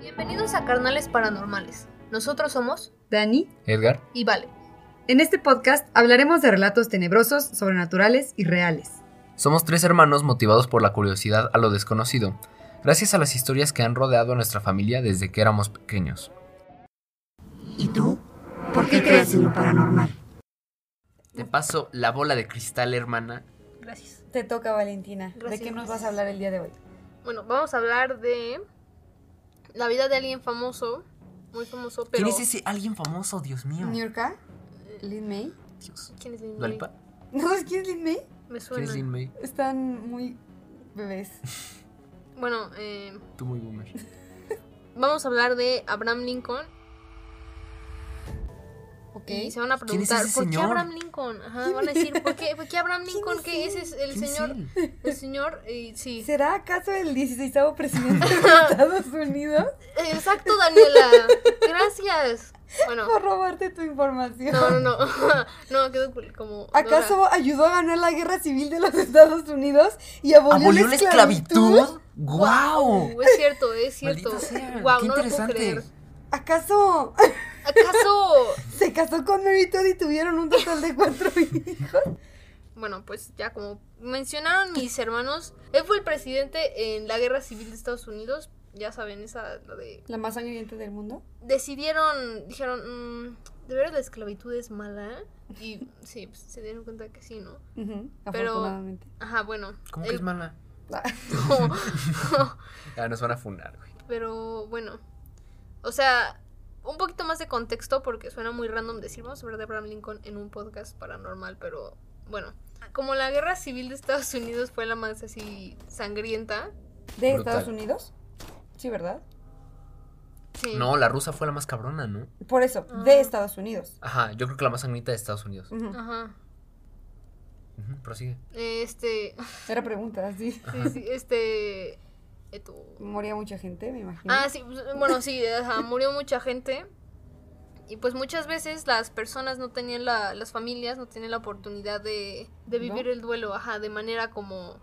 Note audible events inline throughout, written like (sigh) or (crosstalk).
Bienvenidos a Carnales Paranormales. Nosotros somos Dani. Edgar. y Vale. En este podcast hablaremos de relatos tenebrosos, sobrenaturales y reales. Somos tres hermanos motivados por la curiosidad a lo desconocido, gracias a las historias que han rodeado a nuestra familia desde que éramos pequeños. ¿Y tú? ¿Por qué crees en lo paranormal? Te paso la bola de cristal, hermana. Gracias. Te toca, Valentina. Gracias. ¿De qué nos vas a hablar el día de hoy? Bueno, vamos a hablar de la vida de alguien famoso, muy famoso, pero ¿Quién es ese alguien famoso, Dios mío? ¿Niurka? ¿Lin May? Dios. ¿Quién es Lin ¿Dua May? Lipa? ¿No es quién es Lin May? Me ¿Quién suena. es Lin May? Están muy bebés. Bueno, eh, Tú muy boomer. vamos a hablar de Abraham Lincoln Ok. y se van a ¿Quién es preguntar ese ¿por qué señor? Abraham Lincoln? Ajá, van a decir ¿por qué, por qué Abraham Lincoln? es ¿Qué ese es el ¿Quién es señor? él? El señor eh, (laughs) sí. ¿Será acaso el 16 presidente (laughs) de Estados Unidos? Exacto, Daniela. Gracias. Bueno, Por robarte tu información. no, no, no. (laughs) No, quedó cul- como ¿Acaso ayudó a ganar la guerra civil de los Estados Unidos y abolió, ¿Abolió la esclavitud? ¡Guau! Uh, es cierto, es cierto. Maldita sea, Guau, qué no lo puedo interesante. creer. ¿Acaso ¿Acaso? (laughs) se casó con Mary Todd y tuvieron un total de (laughs) cuatro hijos? Bueno, pues ya como mencionaron mis hermanos, él fue el presidente en la guerra civil de Estados Unidos. Ya saben, esa la de. La más sangrienta del mundo. Decidieron, dijeron, mm, de veras la esclavitud es mala. Y sí, pues, se dieron cuenta que sí, ¿no? Pero- Afortunadamente. Ajá, bueno. ¿Cómo el- que es mala? (laughs) (laughs) no. Ah, nos van a funar, güey. Pero bueno, o sea, un poquito más de contexto porque suena muy random decir vamos a hablar de Abraham Lincoln en un podcast paranormal, pero bueno, como la guerra civil de Estados Unidos fue la más así sangrienta, ¿De Brutal. Estados Unidos? Sí, ¿verdad? sí. No, la rusa fue la más cabrona, ¿no? Por eso, Ah. de Estados Unidos. Ajá, yo creo que la más sangrita de Estados Unidos. Ujú. Ajá. Ujú, prosigue. Este, (laughs) Era pregunta, sí. sí, sí, este eto- Moría mucha gente, me imagino. Ah, sí, pues, bueno, sí, ajá, murió mucha gente. Y pues muchas veces las personas no tenían la, las familias no tenían la oportunidad de, de ¿No? vivir el duelo, ajá, de manera como,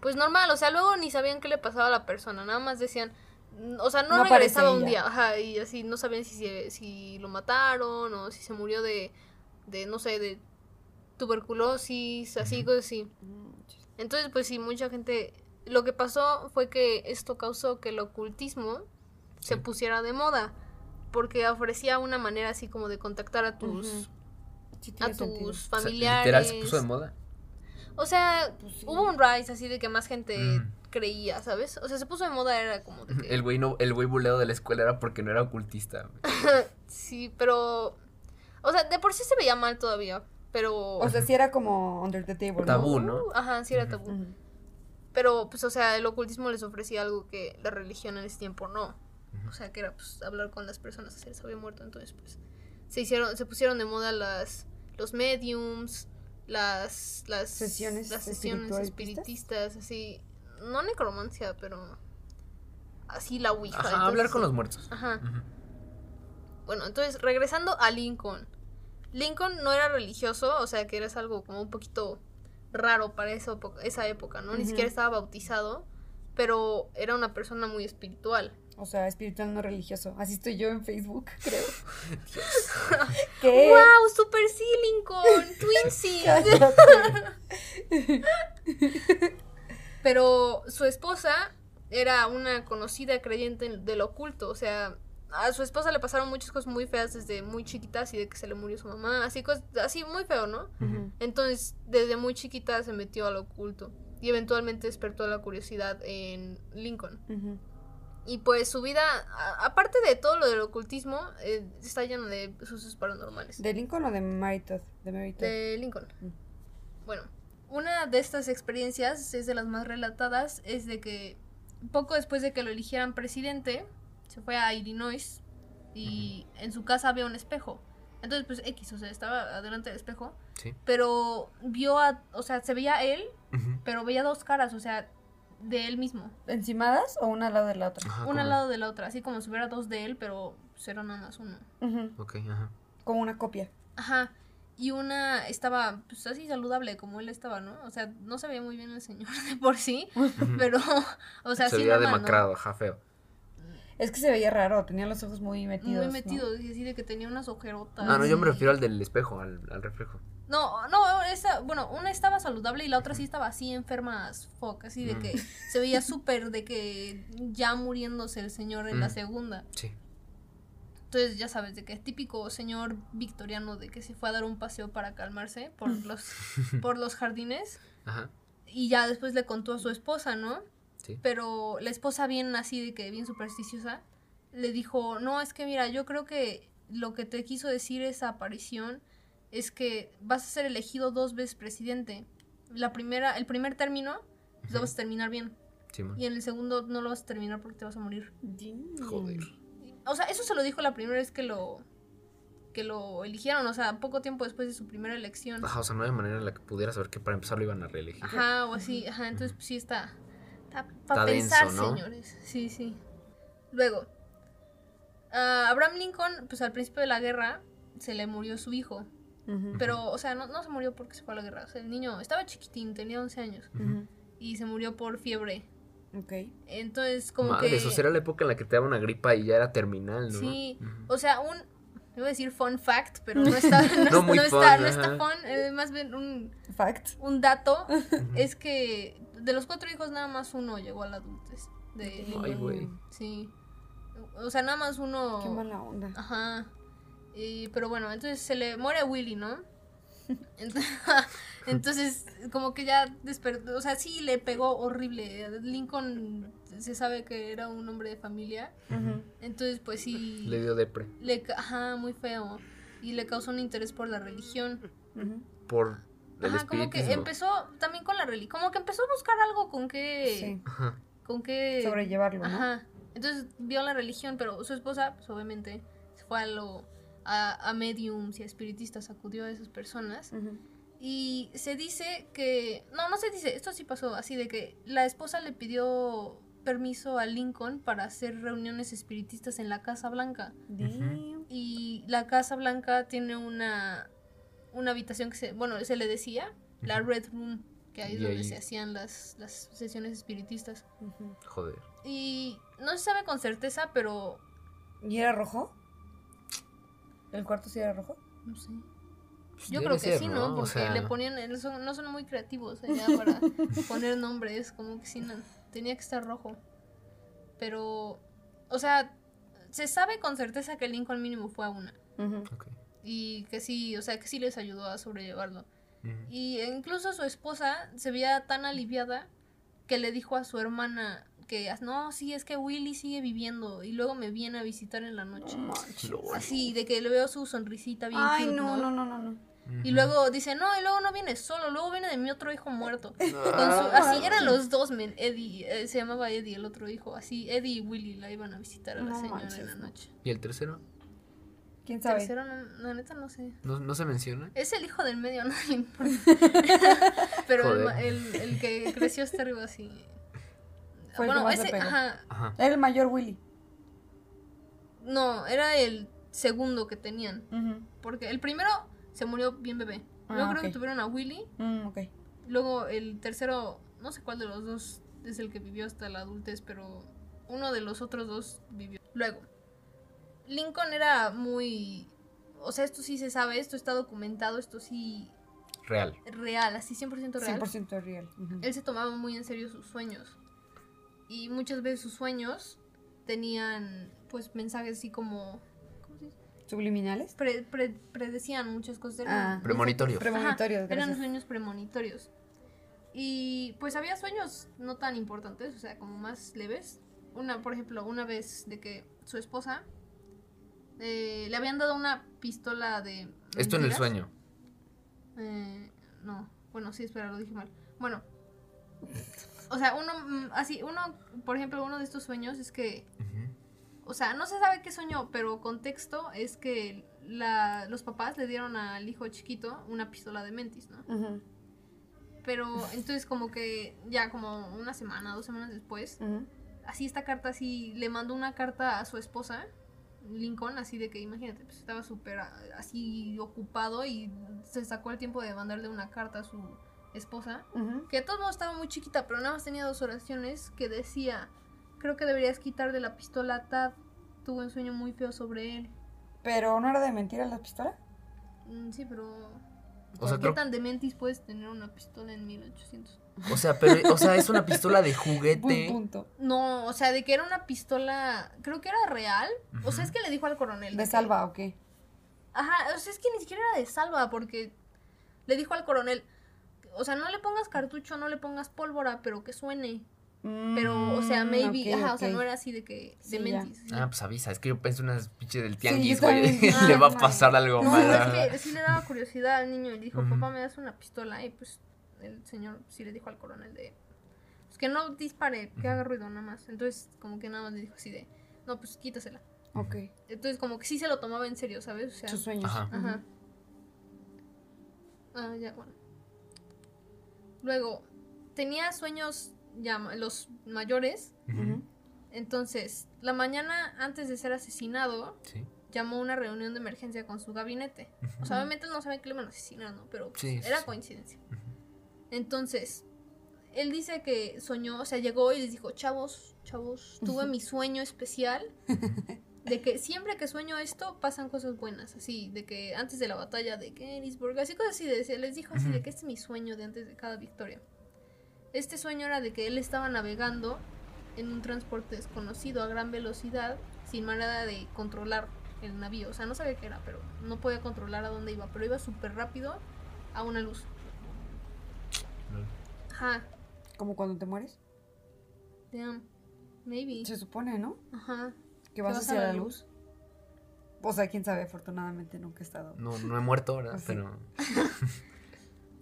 pues normal, o sea, luego ni sabían qué le pasaba a la persona, nada más decían, mm, o sea, no, No aparece regresaba un ella. día, ajá, y así no sabían si, se- si lo mataron o si se murió de, de no sé, de tuberculosis, así, Ujú. cosas así. Entonces, pues sí, mucha gente. Lo que pasó fue que esto causó que el ocultismo se Sí. pusiera de moda. Porque ofrecía una manera así como de contactar a Ujú. tus, Sí, tiene a sentido. tus O sea, familiares. literal se puso de moda. O sea, Pues sí. hubo un rise así de que más gente Mm. creía, ¿sabes? O sea, se puso de moda, era como de que- El güey no, el güey buleado de la escuela era porque no era ocultista. güey. sí, pero. O sea, de por sí se veía mal todavía. Pero. O sea, sí era como under the table. ¿no? Tabú, ¿no? Ajá, sí era Ujú. tabú. Ujú. Pero, pues, o sea, el ocultismo les ofrecía algo que la religión en ese tiempo no. Ujú. O sea, que era, pues, hablar con las personas que se les había muerto. Entonces, pues, se hicieron, se pusieron de moda las, los mediums, las, las... Sesiones Las sesiones espiritistas, espiritualistas. así. No necromancia, pero... Así la ouija. Ajá, entonces, hablar con sí. los muertos. Ajá. Ujú. Bueno, entonces, regresando a Lincoln. Lincoln no era religioso, o sea que era algo como un poquito raro para esa, opo- esa época, ¿no? Ni Ujú. siquiera estaba bautizado, pero era una persona muy espiritual. O sea, espiritual no religioso. Así estoy yo en Facebook, (laughs) creo. ¿Qué? ¡Wow! ¡Super sí, Lincoln! ¡Twinsies! Pero su esposa era una conocida creyente en- del oculto, o sea, a su esposa le pasaron muchas cosas muy feas desde muy chiquita, así de que se le murió su mamá, así, cos- así muy feo, ¿no? (laughs) Ujú. Entonces, desde muy chiquita se metió al oculto y eventualmente despertó la curiosidad en Lincoln. Ujú. Y pues su vida, a- aparte de todo lo del ocultismo, eh, está llena de sucesos paranormales. ¿De Lincoln o de Mary Todd? De Mary Todd. De Lincoln. Mm. Bueno, una de estas experiencias es de las más relatadas, es de que poco después de que lo eligieran presidente, se fue a Illinois y en su casa había un espejo. Entonces, pues X, o sea, estaba adelante del espejo, Sí. pero vio a, o sea, se veía él, Ujú. pero veía dos caras, o sea, de él mismo, ¿Encimadas o una al lado de la otra? Ajá, una al como- lado de la otra, así como si hubiera dos de él, pero pues, era nada más uno. Ujú. Ok, (laughs) ajá. Como una copia. Ajá. Y una estaba pues así saludable como él estaba, ¿no? O sea, no se veía muy bien el señor (laughs) de por sí, Ujú. pero, o sea, Se sí veía normal, ¿no? demacrado, ajá, feo. Es que se veía raro, tenía los ojos muy metidos. Muy ¿no? metidos, y así de que tenía unas ojerotas. Ah, no, yo me y- refiero al del espejo, al, al reflejo. No, no, esa, bueno, una estaba saludable y la otra sí estaba así enferma as fuck, así de Mm. que se veía súper de que ya muriéndose el señor en la Mm. segunda. Sí. Entonces ya sabes, de que es típico señor victoriano de que se fue a dar un paseo para calmarse por los, por los jardines Ajá. y ya después le contó a su esposa, ¿no? Sí. Pero la esposa bien así de que bien supersticiosa le dijo, "No, es que mira, yo creo que lo que te quiso decir esa aparición es que vas a ser elegido dos veces presidente. La primera, el primer término pues, lo Ujú. vas a terminar bien Simón. y en el segundo no lo vas a terminar porque te vas a morir." Damn. Joder. O sea, eso se lo dijo la primera vez que lo que lo eligieron, o sea, poco tiempo después de su primera elección. Ajá, o sea, no había manera en la que pudiera saber que para empezar lo iban a reelegir. Ajá, o así, ajá, entonces pues, sí está para Está denso, pensar, ¿no? señores. Sí, sí. Luego, ah, Abraham Lincoln, pues al principio de la guerra se le murió su hijo, Ujú, pero o sea, no, no se murió porque se fue a la guerra, o sea, el niño estaba chiquitín, tenía 11 años ujú. y se murió por fiebre. Ok. Entonces, como Madre, que eso era la época en la que te daba una gripa y ya era terminal, ¿no? Sí, Ujú. o sea, un. Iba a decir fun fact, pero no (laughs) está. No, No muy no fun, está, no está ajá. fun, eh, más bien un, Fact. un dato es que de los cuatro hijos, nada más uno llegó a la adultez. De Ay, Lincoln. güey. Sí. O sea, nada más uno. Qué mala onda. Ajá. Y- pero bueno, entonces se le muere a Willy, ¿no? (laughs) Ent- (laughs) Entonces, como que ya despertó. O sea, sí le pegó horrible. Lincoln se sabe que era un hombre de familia. Ujú. Entonces, pues sí. Le dio depre. Le, ca- ajá, muy feo. Y le causó un interés por la religión. Ujú. Por el Ajá, como que espiritismo. empezó también con la religión. Como que empezó a buscar algo con que. Sí. Ajá. Con que. Sobrellevarlo, ¿no? Eh, Ajá. Entonces vio la religión, pero su esposa, pues obviamente, se fue a lo. A, a mediums y a espiritistas acudió a esas personas. Ujú. Y se dice que. No, no se dice, esto sí pasó así: de que la esposa le pidió permiso a Lincoln para hacer reuniones espiritistas en la Casa Blanca. Damn. y la Casa Blanca tiene una, una habitación que se, bueno, se le decía, la Ujú. Red Room, que ahí es Y donde ahí- se hacían las, las sesiones espiritistas. Ujú. Joder. Y no se sabe con certeza, pero... ¿Y era rojo? ¿El cuarto sí era rojo? No sé. Yo Debe creo que ser, sí, ¿no? O Porque sea, le ponían, eh, son- no son muy creativos allá (laughs) para poner nombres, como que sí, no, tenía que estar rojo. Pero, o sea, se sabe con certeza que Lincoln mínimo fue a una. Ujú. ok. Y que sí, o sea, que sí les ayudó a sobrellevarlo. Ujú. Y incluso su esposa se veía tan aliviada que le dijo a su hermana que no, sí, es que Willy sigue viviendo y luego me viene a visitar en la noche. Lol. Así, de que le veo su sonrisita bien. Ay, cute, no, no, no, no. no. Y Ujú. luego dice, no, y luego no viene solo, luego viene de mi otro (laughs) hijo muerto. Con su- Ah, así eran los dos, men, Eddie, eh, se llamaba Eddie el otro hijo, así Eddie y Willy la iban a visitar a la No señora en la manches, no. noche. ¿Y el tercero? ¿Quién sabe? Tercero, no- la neta no sé. ¿No, no se menciona? Es el hijo del medio, (laughs) no le importa. Pero el, Joder. ma- el, el que creció hasta arriba así. Fue el que bueno, más le ese, pegó. ajá. Ajá. Era el mayor Willy. No, era el segundo que tenían. Ujú. Porque el primero se murió bien bebé. Ah, Luego creo ok. que tuvieron a Willy. Mm, ok. Luego el tercero, no sé cuál de los dos es el que vivió hasta la adultez, pero uno de los otros dos vivió. Luego, Lincoln era muy. O sea, esto sí se sabe, esto está documentado, esto sí Real. real, así 100% real. 100% real. Ujú. él se tomaba muy en serio sus sueños. Y muchas veces sus sueños tenían pues mensajes así como ¿cómo se dice? ¿Subliminales? Pre- pre- predecían muchas cosas. eran Ah. mensajes- Premonitorios. Ajá, Premonitorios, eran gracias. sueños premonitorios. Y pues había sueños no tan importantes, o sea, como más leves. Una, por ejemplo, una vez de que su esposa eh, le habían dado una pistola de Esto en el mentiras. sueño. Eh, no, bueno, sí, espera, lo dije mal. Bueno, o sea, uno, mm, así, uno, por ejemplo, uno de estos sueños es que, Ujú. o sea, no se sabe qué sueño, pero contexto es que la, los papás le dieron al hijo chiquito una pistola de mentis, ¿no? Ujú, Pero entonces como que ya como una semana, dos semanas después, ujú. así esta carta, así le mandó una carta a su esposa, Lincoln, así de que imagínate, pues estaba súper a- así ocupado y se sacó el tiempo de mandarle una carta a su esposa, Ujú. que de todos modos estaba muy chiquita, pero nada más tenía dos oraciones que decía, Creo que deberías quitar de la pistola a Tad. Tuvo un sueño muy feo sobre él. ¿Pero no era de mentira la pistola? Mm, sí, pero. O sea, ¿Qué creo- tan dementis puedes tener una pistola en 1800? O sea, pero, o sea, es una pistola de Buen juguete. punto. No, o sea, de que era una pistola. Creo que era real. O sea, Ujú. es que le dijo al coronel. de ¿De que- salva o qué? Ajá, o sea, es que ni siquiera era de salva, porque le dijo al coronel, o sea, no le pongas cartucho, no le pongas pólvora, pero que suene. Pero, o sea, Mm, maybe, ok, ajá, o sea, ok. no era así de que, Sí, de ya. mentis. sí. Ah, pues avisa, es que yo pensé una pinche del yo tianguis, güey. también. (laughs) Le Ah, va a no. pasar algo No, malo. es que sí le daba curiosidad al niño y le dijo, Ujú. papá, me das una pistola. Y pues el señor sí le dijo al coronel de, pues que no dispare, que haga ruido nada más. Entonces, como que nada más le dijo así de, no, pues quítasela. Ok, Entonces, como que sí se lo tomaba en serio, ¿sabes? O sea, sus sueños. Ajá. Ajá. Ah, ya, bueno. Luego, tenía sueños ya ma- los mayores. Ujú, Entonces, la mañana antes de ser asesinado, Sí. llamó a una reunión de emergencia con su gabinete. O sea, obviamente no saben que le van a asesinar, ¿no? Pero pues, Sí, sí, era sí. coincidencia. Entonces, él dice que soñó, o sea, llegó y les dijo, chavos, chavos, tuve mi sueño especial. De que siempre que sueño esto pasan cosas buenas, así, de que antes de la batalla de Gettysburg, así cosas así, de, se les dijo así, de que este es mi sueño de antes de cada victoria. Este sueño era de que él estaba navegando en un transporte desconocido a gran velocidad, sin manera de controlar el navío. O sea, no sabía qué era, pero no podía controlar a dónde iba, pero iba súper rápido a una luz. Ajá, Como cuando te mueres. damn, maybe. Se supone, ¿no? Ajá. Que vas hacia la luz. O sea, quién sabe, afortunadamente nunca he estado. No, no he muerto ahora, Así. pero.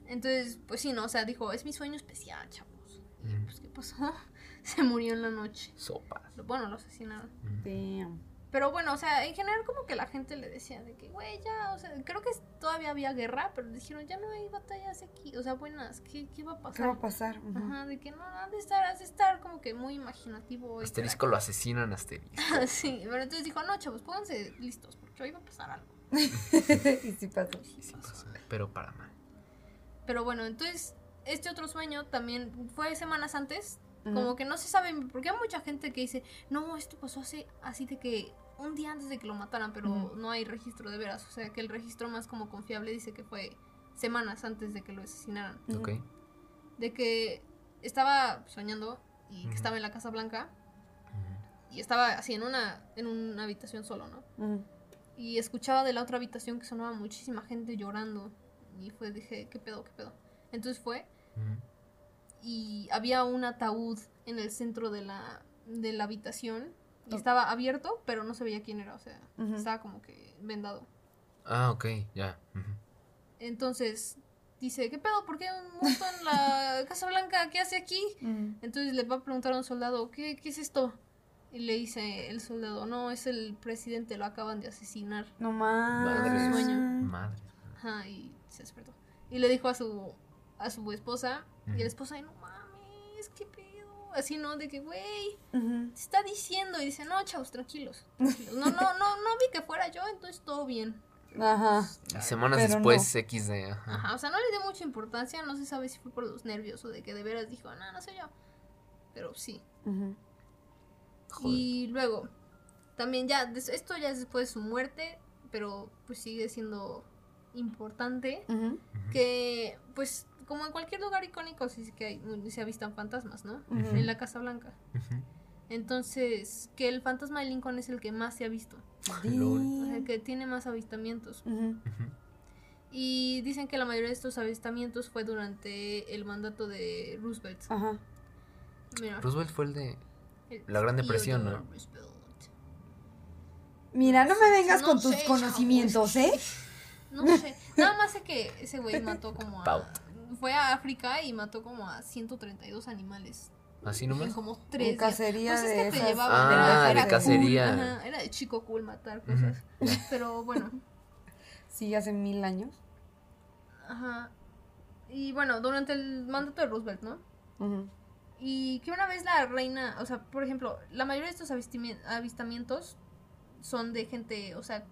Entonces, pues sí, no, o sea, dijo, es mi sueño especial, chavos. Y Mm. pues, ¿qué pasó? (laughs) Se murió en la noche. Sopas. Lo- Bueno, lo asesinaron. Damn. Pero bueno, o sea, en general como que la gente le decía de que, güey, ya, o sea, creo que todavía había guerra, pero le dijeron, ya no hay batallas aquí, o sea, buenas, ¿qué, qué va a ¿Qué pasar? va a pasar? Ujú. Ajá, de que no, has de estar, has de estar como que muy Ah, imaginativo. y Asterisco lo asesinan, asterisco. crack". (laughs) sí, pero entonces dijo, no, chavos, pónganse listos, porque hoy va a pasar algo. (laughs) y si pasa. Y Y sí pasó. pasó, pero para mal. Pero bueno, entonces, este otro sueño también fue semanas antes, Ujú. como que no se sabe, porque hay mucha gente que dice, no, esto pasó hace, así de que un día antes de que lo mataran, pero Ujú. no hay registro de veras, o sea, que el registro más como confiable dice que fue semanas antes de que lo asesinaran. Ujú. Ok. de que estaba soñando y que Ujú. estaba en la Casa Blanca Ujú. y estaba así en una, en una habitación solo, ¿no? Ujú. Y escuchaba de la otra habitación que sonaba muchísima gente llorando y fue, dije, ¿qué pedo, qué pedo? Entonces fue Ujú. y había un ataúd en el centro de la, de la habitación y Ok. estaba abierto, pero no se veía quién era, o sea, Ujú. estaba como que vendado. Ah, ok, ya. ujú. Entonces dice, ¿qué pedo? ¿Por qué hay un muerto en (laughs) la Casa Blanca? ¿Qué hace aquí? Ujú. Entonces le va a preguntar a un soldado, ¿qué, qué es esto? Y le dice el soldado, no, es el presidente, lo acaban de asesinar. No más. Madres. Sueño. Madre. Ajá, y se despertó. Y le dijo a su, a su esposa, y la esposa, "Ay, no mames, qué pedo. Así, ¿no? De que, güey, Ujú. te está diciendo. Y dice, no, chavos, tranquilos. tranquilos. No, no, no, no vi que fuera yo, entonces todo bien. Ajá. Y Semanas Pero después, XD. ajá. Ajá, o sea, no le dio mucha importancia, no se sabe si fue por los nervios o de que de veras dijo, no, no soy yo. Pero sí. Ujú. Joder. Y luego, también ya, des- esto ya es después de su muerte, pero pues sigue siendo importante. Ujú. Ujú. Que, pues, como en cualquier lugar icónico, sí que hay- mm, se avistan fantasmas, ¿no? Ujú. En la Casa Blanca. Ujú. Entonces, que el fantasma de Lincoln es el que más se ha visto, Lol. o sea, el Damn. que tiene más avistamientos. Ujú. Ujú. Y dicen que la mayoría de estos avistamientos fue durante el mandato de Roosevelt. Ajá. Mira, Roosevelt fue el de. el- la Gran Depresión, Theodore ¿no? Roosevelt. Mira, no me vengas No con sé, tus chavos. conocimientos, ¿eh? No sé. Nada más sé que ese güey mató como Pau. a. Fue a África y mató como a 132 animales. Así En nomás. como tres. En días. cacería Pues es que de te esas. llevaban. Ah, era, de era cacería. cool, ajá, era de chico cool matar cosas. Pero bueno. Sí, hace mil años. Ajá. Y bueno, durante el mandato de Roosevelt, ¿no? Ujú. Y que una vez la reina, o sea, por ejemplo, la mayoría de estos avistimi- avistamientos son de gente, o sea,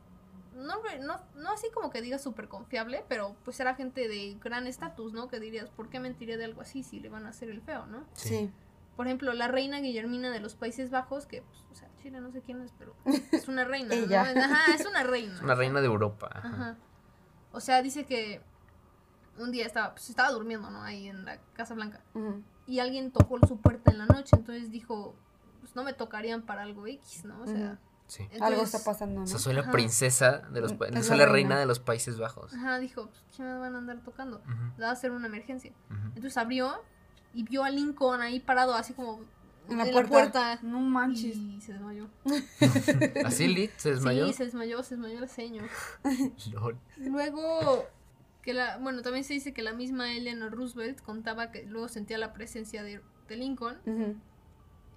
no, re- no, no así como que digas súper confiable, pero pues era gente de gran estatus, ¿no? Que dirías, ¿por qué mentiré de algo así si le van a hacer el feo, ¿no? Sí. Por ejemplo, la reina Guillermina de los Países Bajos, que, pues, o sea, Chile no sé quién es, pero es una reina. ¿no? Ella. Ajá, es una reina. Es una reina de Europa. ajá. Ajá. O sea, dice que un día estaba, pues, estaba durmiendo, ¿no? Ahí en la Casa Blanca. Ujú. Y alguien tocó su puerta en la noche, entonces dijo, pues no me tocarían para algo X, ¿no? O sea, Ujú. Sí. Algo entonces- está pasando, ¿no? O sea, soy la Ajá. princesa de los pa- Es la soy la reina. reina de los Países Bajos. Ajá, dijo, pues, ¿qué me van a andar tocando? Ujú, Va a ser una emergencia. ujú. Entonces abrió y vio a Lincoln ahí parado, así como En la en puerta. Ah, puerta. No manches. Y se desmayó. Así Lid se desmayó. Sí, se desmayó, se desmayó el señor. (laughs) Lol. Luego, que la, bueno, también se dice que la misma Eleanor Roosevelt contaba que luego sentía la presencia de, de Lincoln. Ujú.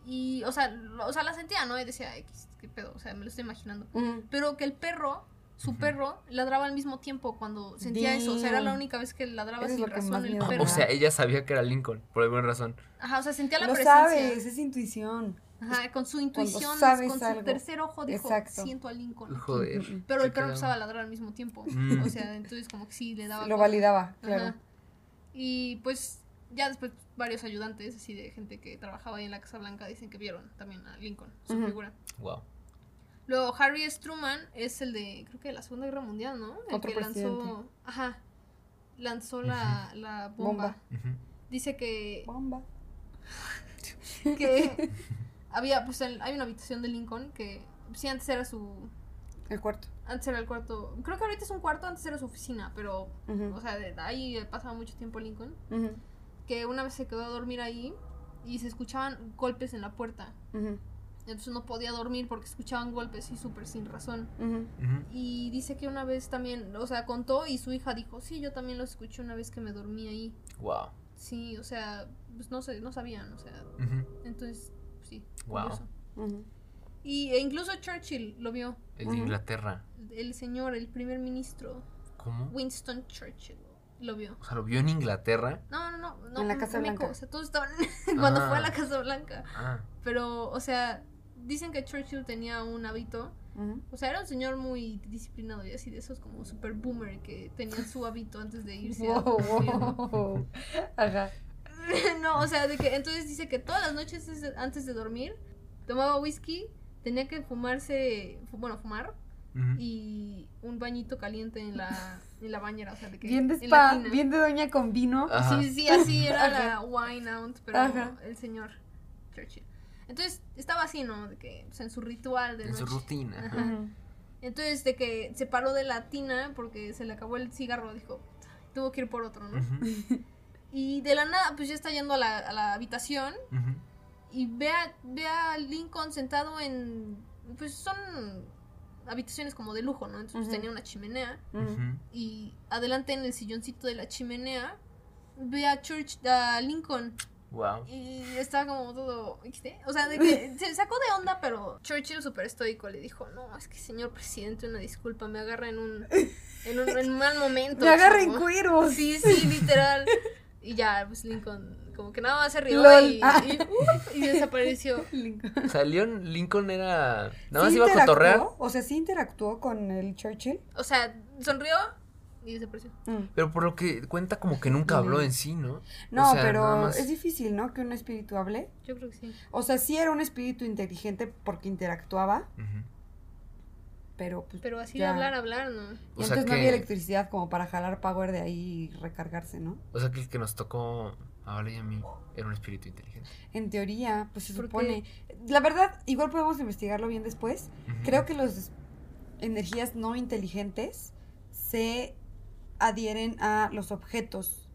Y, o sea, lo- o sea, la sentía, ¿no? Y decía, X, qué pedo, o sea, me lo estoy imaginando. Ujú. Pero que el perro, su Ujú. perro, ladraba al mismo tiempo cuando sentía eso. O sea, era la Damn. única vez que ladraba Eso es sin lo que más razón el miedo me perro. O sea, ella sabía que era Lincoln, por alguna razón. Ajá, o sea, sentía la Lo presencia. sabes, es intuición. Ajá, con su intuición, sabes con su algo. tercer ojo dijo, Exacto. siento a Lincoln. aquí". Joder. Ujú. Pero el se perro quedaba. empezaba a ladrar al mismo tiempo. Mm. O sea, entonces como que sí le daba Lo cosa. validaba, Ajá. claro. Y pues ya después varios ayudantes, así de gente que trabajaba ahí en la Casa Blanca, dicen que vieron también a Lincoln, su Ujú. figura. Wow. Luego Harry S. Truman es el de, creo que de la Segunda Guerra Mundial, ¿no? El Otro que lanzó, presidente. ajá, lanzó la, la bomba. Bomba. Ujú. Dice que, Bomba. (laughs) que había, pues el- hay una habitación de Lincoln que, sí, antes era su, El cuarto. antes era el cuarto, creo que ahorita es un cuarto, antes era su oficina, pero, Ujú. o sea, de- ahí pasaba mucho tiempo Lincoln. Ujú. que una vez se quedó a dormir ahí y se escuchaban golpes en la puerta. Ujú. Entonces no podía dormir porque escuchaban golpes y súper sin razón. Ujú. Ujú. Y dice que una vez también, o sea, contó y su hija dijo, sí, yo también lo escuché una vez que me dormí ahí. Wow. Sí, o sea, pues no sé, no sabían, o sea, Ujú. entonces, sí. Wow. curioso. Ujú. Y e incluso Churchill lo vio, El Ujú. de Inglaterra. el señor, el primer ministro, ¿Cómo? Winston Churchill, lo vio. O sea, lo vio en Inglaterra. No, no, no, no. En la Casa México, Blanca. O sea, todos estaban (laughs) cuando Ah. fue a la Casa Blanca. Ah, Pero, o sea, dicen que Churchill tenía un hábito. Ujú. O sea, era un señor muy disciplinado y así de esos como super boomer que tenían su hábito antes de irse. a- Wow, wow. Ajá. (laughs) no, o sea, de que entonces dice que todas las noches es- antes de dormir tomaba whisky, tenía que fumarse, fu- bueno, fumar Ujú. y un bañito caliente en la, en la bañera, o sea, de que Bien de en la spa, tina. bien de doña con vino. Ajá. Sí, sí, así era Ajá. la wine out, pero Ajá. el señor Churchill. Entonces estaba así, ¿no? De que pues, en su ritual de en su noche. rutina. Ajá. Ajá. Ujú. Entonces, de que se paró de la tina porque se le acabó el cigarro, dijo, tuvo que ir por otro, ¿no? Ujú. Y de la nada, pues ya está yendo a la, a la habitación Ujú. y ve a, ve a Lincoln sentado en. Pues son habitaciones como de lujo, ¿no? Entonces pues, Ujú. tenía una chimenea Ujú. Mm. Ujú. y adelante en el silloncito de la chimenea ve a Church a Lincoln Wow. y estaba como todo ¿viste? o sea de (laughs) que se sacó de onda pero Churchill súper estoico le dijo no es que señor presidente una disculpa me agarra en un en un en mal momento (laughs) Me agarren chavo". cuiros. sí sí literal y ya pues Lincoln como que nada más se rió Lol. y, Ah. y, uh, y desapareció O sea, Leon Lincoln era. Nada más ¿Sí iba a interactuó? cotorrear. O sea, sí interactuó con el Churchill. o sea sonrió y desapareció Mm. Pero por lo que cuenta, como que nunca habló en sí, ¿no? No, O sea, nada pero más- es difícil, ¿no? Que un espíritu hable. yo creo que sí O sea, sí era un espíritu inteligente porque interactuaba, Ujú. pero pues. pero así de ya. hablar hablar no Y O sea, entonces no que- había electricidad como para jalar power de ahí y recargarse, ¿no? O sea, que el que nos tocó a Vale y a mí era un espíritu inteligente. En teoría, pues se ¿Por supone. La verdad, igual podemos investigarlo bien después. Ujú. Creo que las energías no inteligentes se adhieren a los objetos.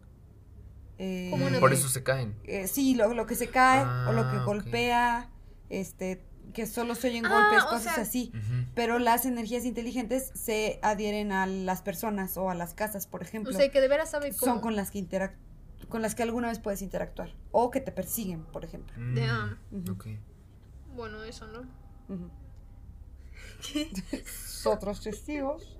eh, Como una Por eso se caen. eh, sí, lo, lo que se cae o lo que Ah, ok. golpea, este, que solo se oyen Ah, golpes, o cosas sea- así. Ujú. Pero las energías inteligentes se adhieren a las personas o a las casas, por o ejemplo. sea que de veras sabe cómo Son con las que interac con las que alguna vez puedes interactuar o que te persiguen, por ejemplo. Mm. Damn. Ujú, Ok. bueno eso no ujú. Otros testigos.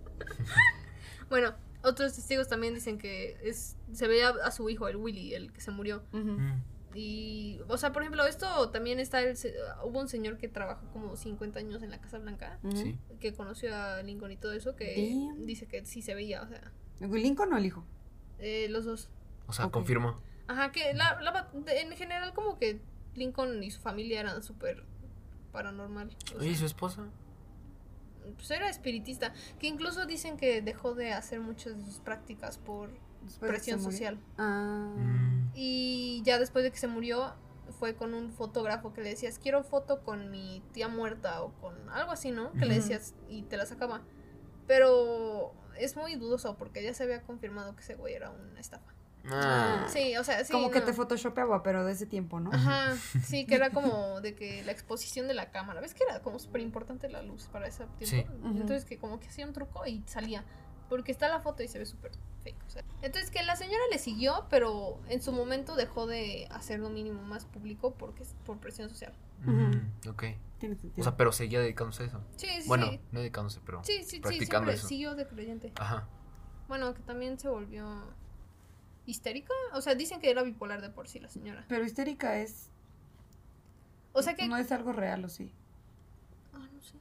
Bueno, otros testigos también dicen que es, se veía a su hijo, el Willy, el que se murió. Ujú. Mm. Y, o sea, por ejemplo, esto también está, el, se- hubo un señor que trabajó como 50 años en la Casa Blanca, Ujú. Sí. que conoció a Lincoln y todo eso, que Damn. dice que sí se veía, o sea, ¿Lincoln o el hijo? eh, los dos. O sea, Ok. confirmó. Ajá, que la, la- en general como que Lincoln y su familia eran súper paranormal. o sea, Oye, ¿y su esposa? pues era espiritista, que incluso dicen que dejó de hacer muchas de sus prácticas por Después de que se presión murió. social. Ah. Mm. Y ya después de que se murió, fue con un fotógrafo que le decías, quiero foto con mi tía muerta o con algo así, ¿no? Que le Ujú. decías y te la sacaba. Pero es muy dudoso porque ya se había confirmado que ese güey era una estafa. Ah. Sí, o sea, sí. Como que no. te photoshopeaba, pero de ese tiempo, ¿no? (laughs) Ajá, sí, que era como de que la exposición de la cámara. ¿Ves que era como súper importante la luz para ese tiempo? Sí. Ujú. Entonces que como que hacía un truco y salía. Porque está la foto y se ve súper fake. o sea. Entonces que la señora le siguió, pero en su momento dejó de hacer lo mínimo más público porque es por presión social. Mm, Ok. Tiene O sentido. sea, pero seguía dedicándose a eso. Sí, sí, Bueno, sí. no dedicándose, pero. Sí, sí, sí, practicando siempre eso. siguió de creyente. Ajá. Bueno, que también se volvió histérica. O sea, dicen que era bipolar de por sí la señora. pero histérica es. O sea que... No es algo real, ¿o sí? Ah, no sé.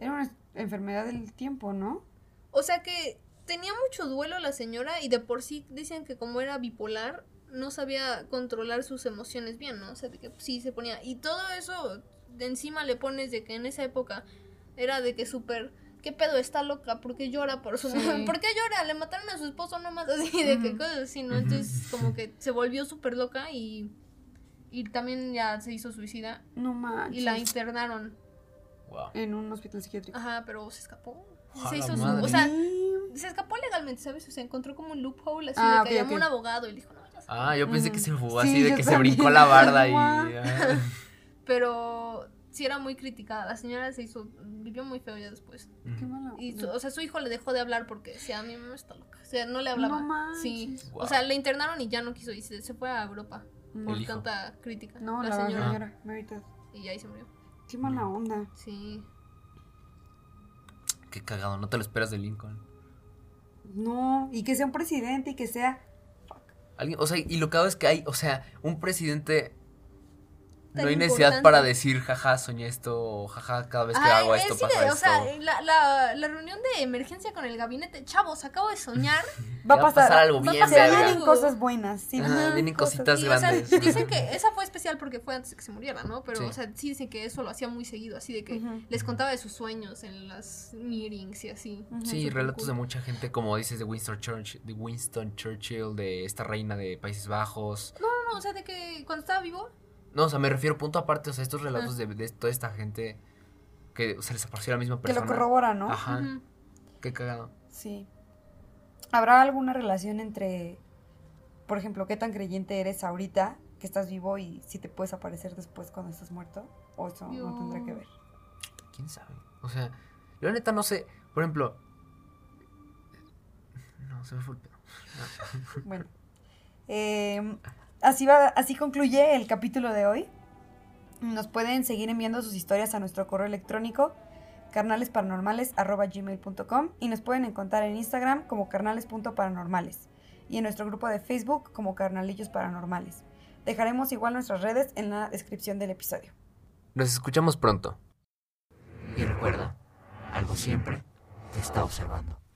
Era una enfermedad del tiempo, ¿no? O sea que tenía mucho duelo la señora y de por sí dicen que como era bipolar, no sabía controlar sus emociones bien, ¿no? O sea, de que sí se ponía... Y todo eso de encima le pones de que en esa época era de que súper... ¿Qué pedo? Está loca, ¿por qué llora por su Sí. ¿Por qué llora? Le mataron a su esposo nomás (laughs) así, de que Ujú. cosas así, ¿no? Ujú. Entonces como que se volvió súper loca y... Y también ya se hizo suicida No manches. y la internaron. Wow. En un hospital psiquiátrico. Ajá, pero se escapó. A Se la hizo Ah, su... madre. O sea, Sí. se escapó legalmente, ¿sabes? O sea, encontró como un loophole así Ah, de que ok, llamó ok. un abogado y le dijo, no, ya sabes. Ah, yo pensé que Ujú. se fugó Sí, así, de yo que se también. brincó la barda y. Guau. ah. Pero sí era muy criticada. La señora se hizo, vivió muy feo ya después. Qué Mm. mala Y, su- onda. o sea, su hijo le dejó de hablar porque decía, a mi mamá está loca. O sea, no le hablaba. No manches. sí. Wow. O sea, le internaron y ya no quiso. Y se, se fue a Europa por hijo. tanta crítica. No, la, señora. Ah. señora. Meritas. Y ahí se murió. Qué mala onda. Sí. Qué cagado, no te lo esperas de Lincoln. No, y que sea un presidente y que sea. Alguien, o sea, y lo cagado es que hay, o sea, un presidente. Tan no hay necesidad importante. para decir, jaja, soñé esto, o jaja, cada vez que Ay, hago es esto sí de- pasa esto. o sea, eh, la, la- la reunión de emergencia con el gabinete, chavos, acabo de soñar. Va a pasar algo va a bien, pasar Se verga. algo. vienen cosas buenas, sí. Ajá, vienen vienen cosas- cositas. Y, o sea, grandes. dicen que esa fue especial porque fue antes de que se muriera, ¿no? Pero, Sí. o sea, sí dicen que eso lo hacía muy seguido, así de que Ujú. les contaba de sus sueños en las meetings y así. Ujú. Sí, Súper relatos de cool. mucha gente, como dices, de Winston Churchill, de Winston Churchill, de esta reina de Países Bajos. No, no, o sea, de que cuando estaba vivo, No, o sea, me refiero punto aparte, o sea, estos relatos Ah. de, de toda esta gente que o sea, les apareció la misma Que persona. lo corrobora, ¿no? Ajá, ujú, qué cagado. Sí. ¿Habrá alguna relación entre, por ejemplo, qué tan creyente eres ahorita que estás vivo y si te puedes aparecer después cuando estás muerto? ¿O eso no tendrá que ver? ¿Quién sabe? O sea, yo la neta no sé, por ejemplo... No, se me fue el pedo. Bueno. eh, así, va, así concluye el capítulo de hoy. Nos pueden seguir enviando sus historias a nuestro correo electrónico carnalesparanormales.gmail.com y nos pueden encontrar en Instagram como carnales.paranormales y en nuestro grupo de Facebook como carnalillos paranormales. Dejaremos igual nuestras redes en la descripción del episodio. Nos escuchamos pronto. Y recuerda, algo siempre te está observando.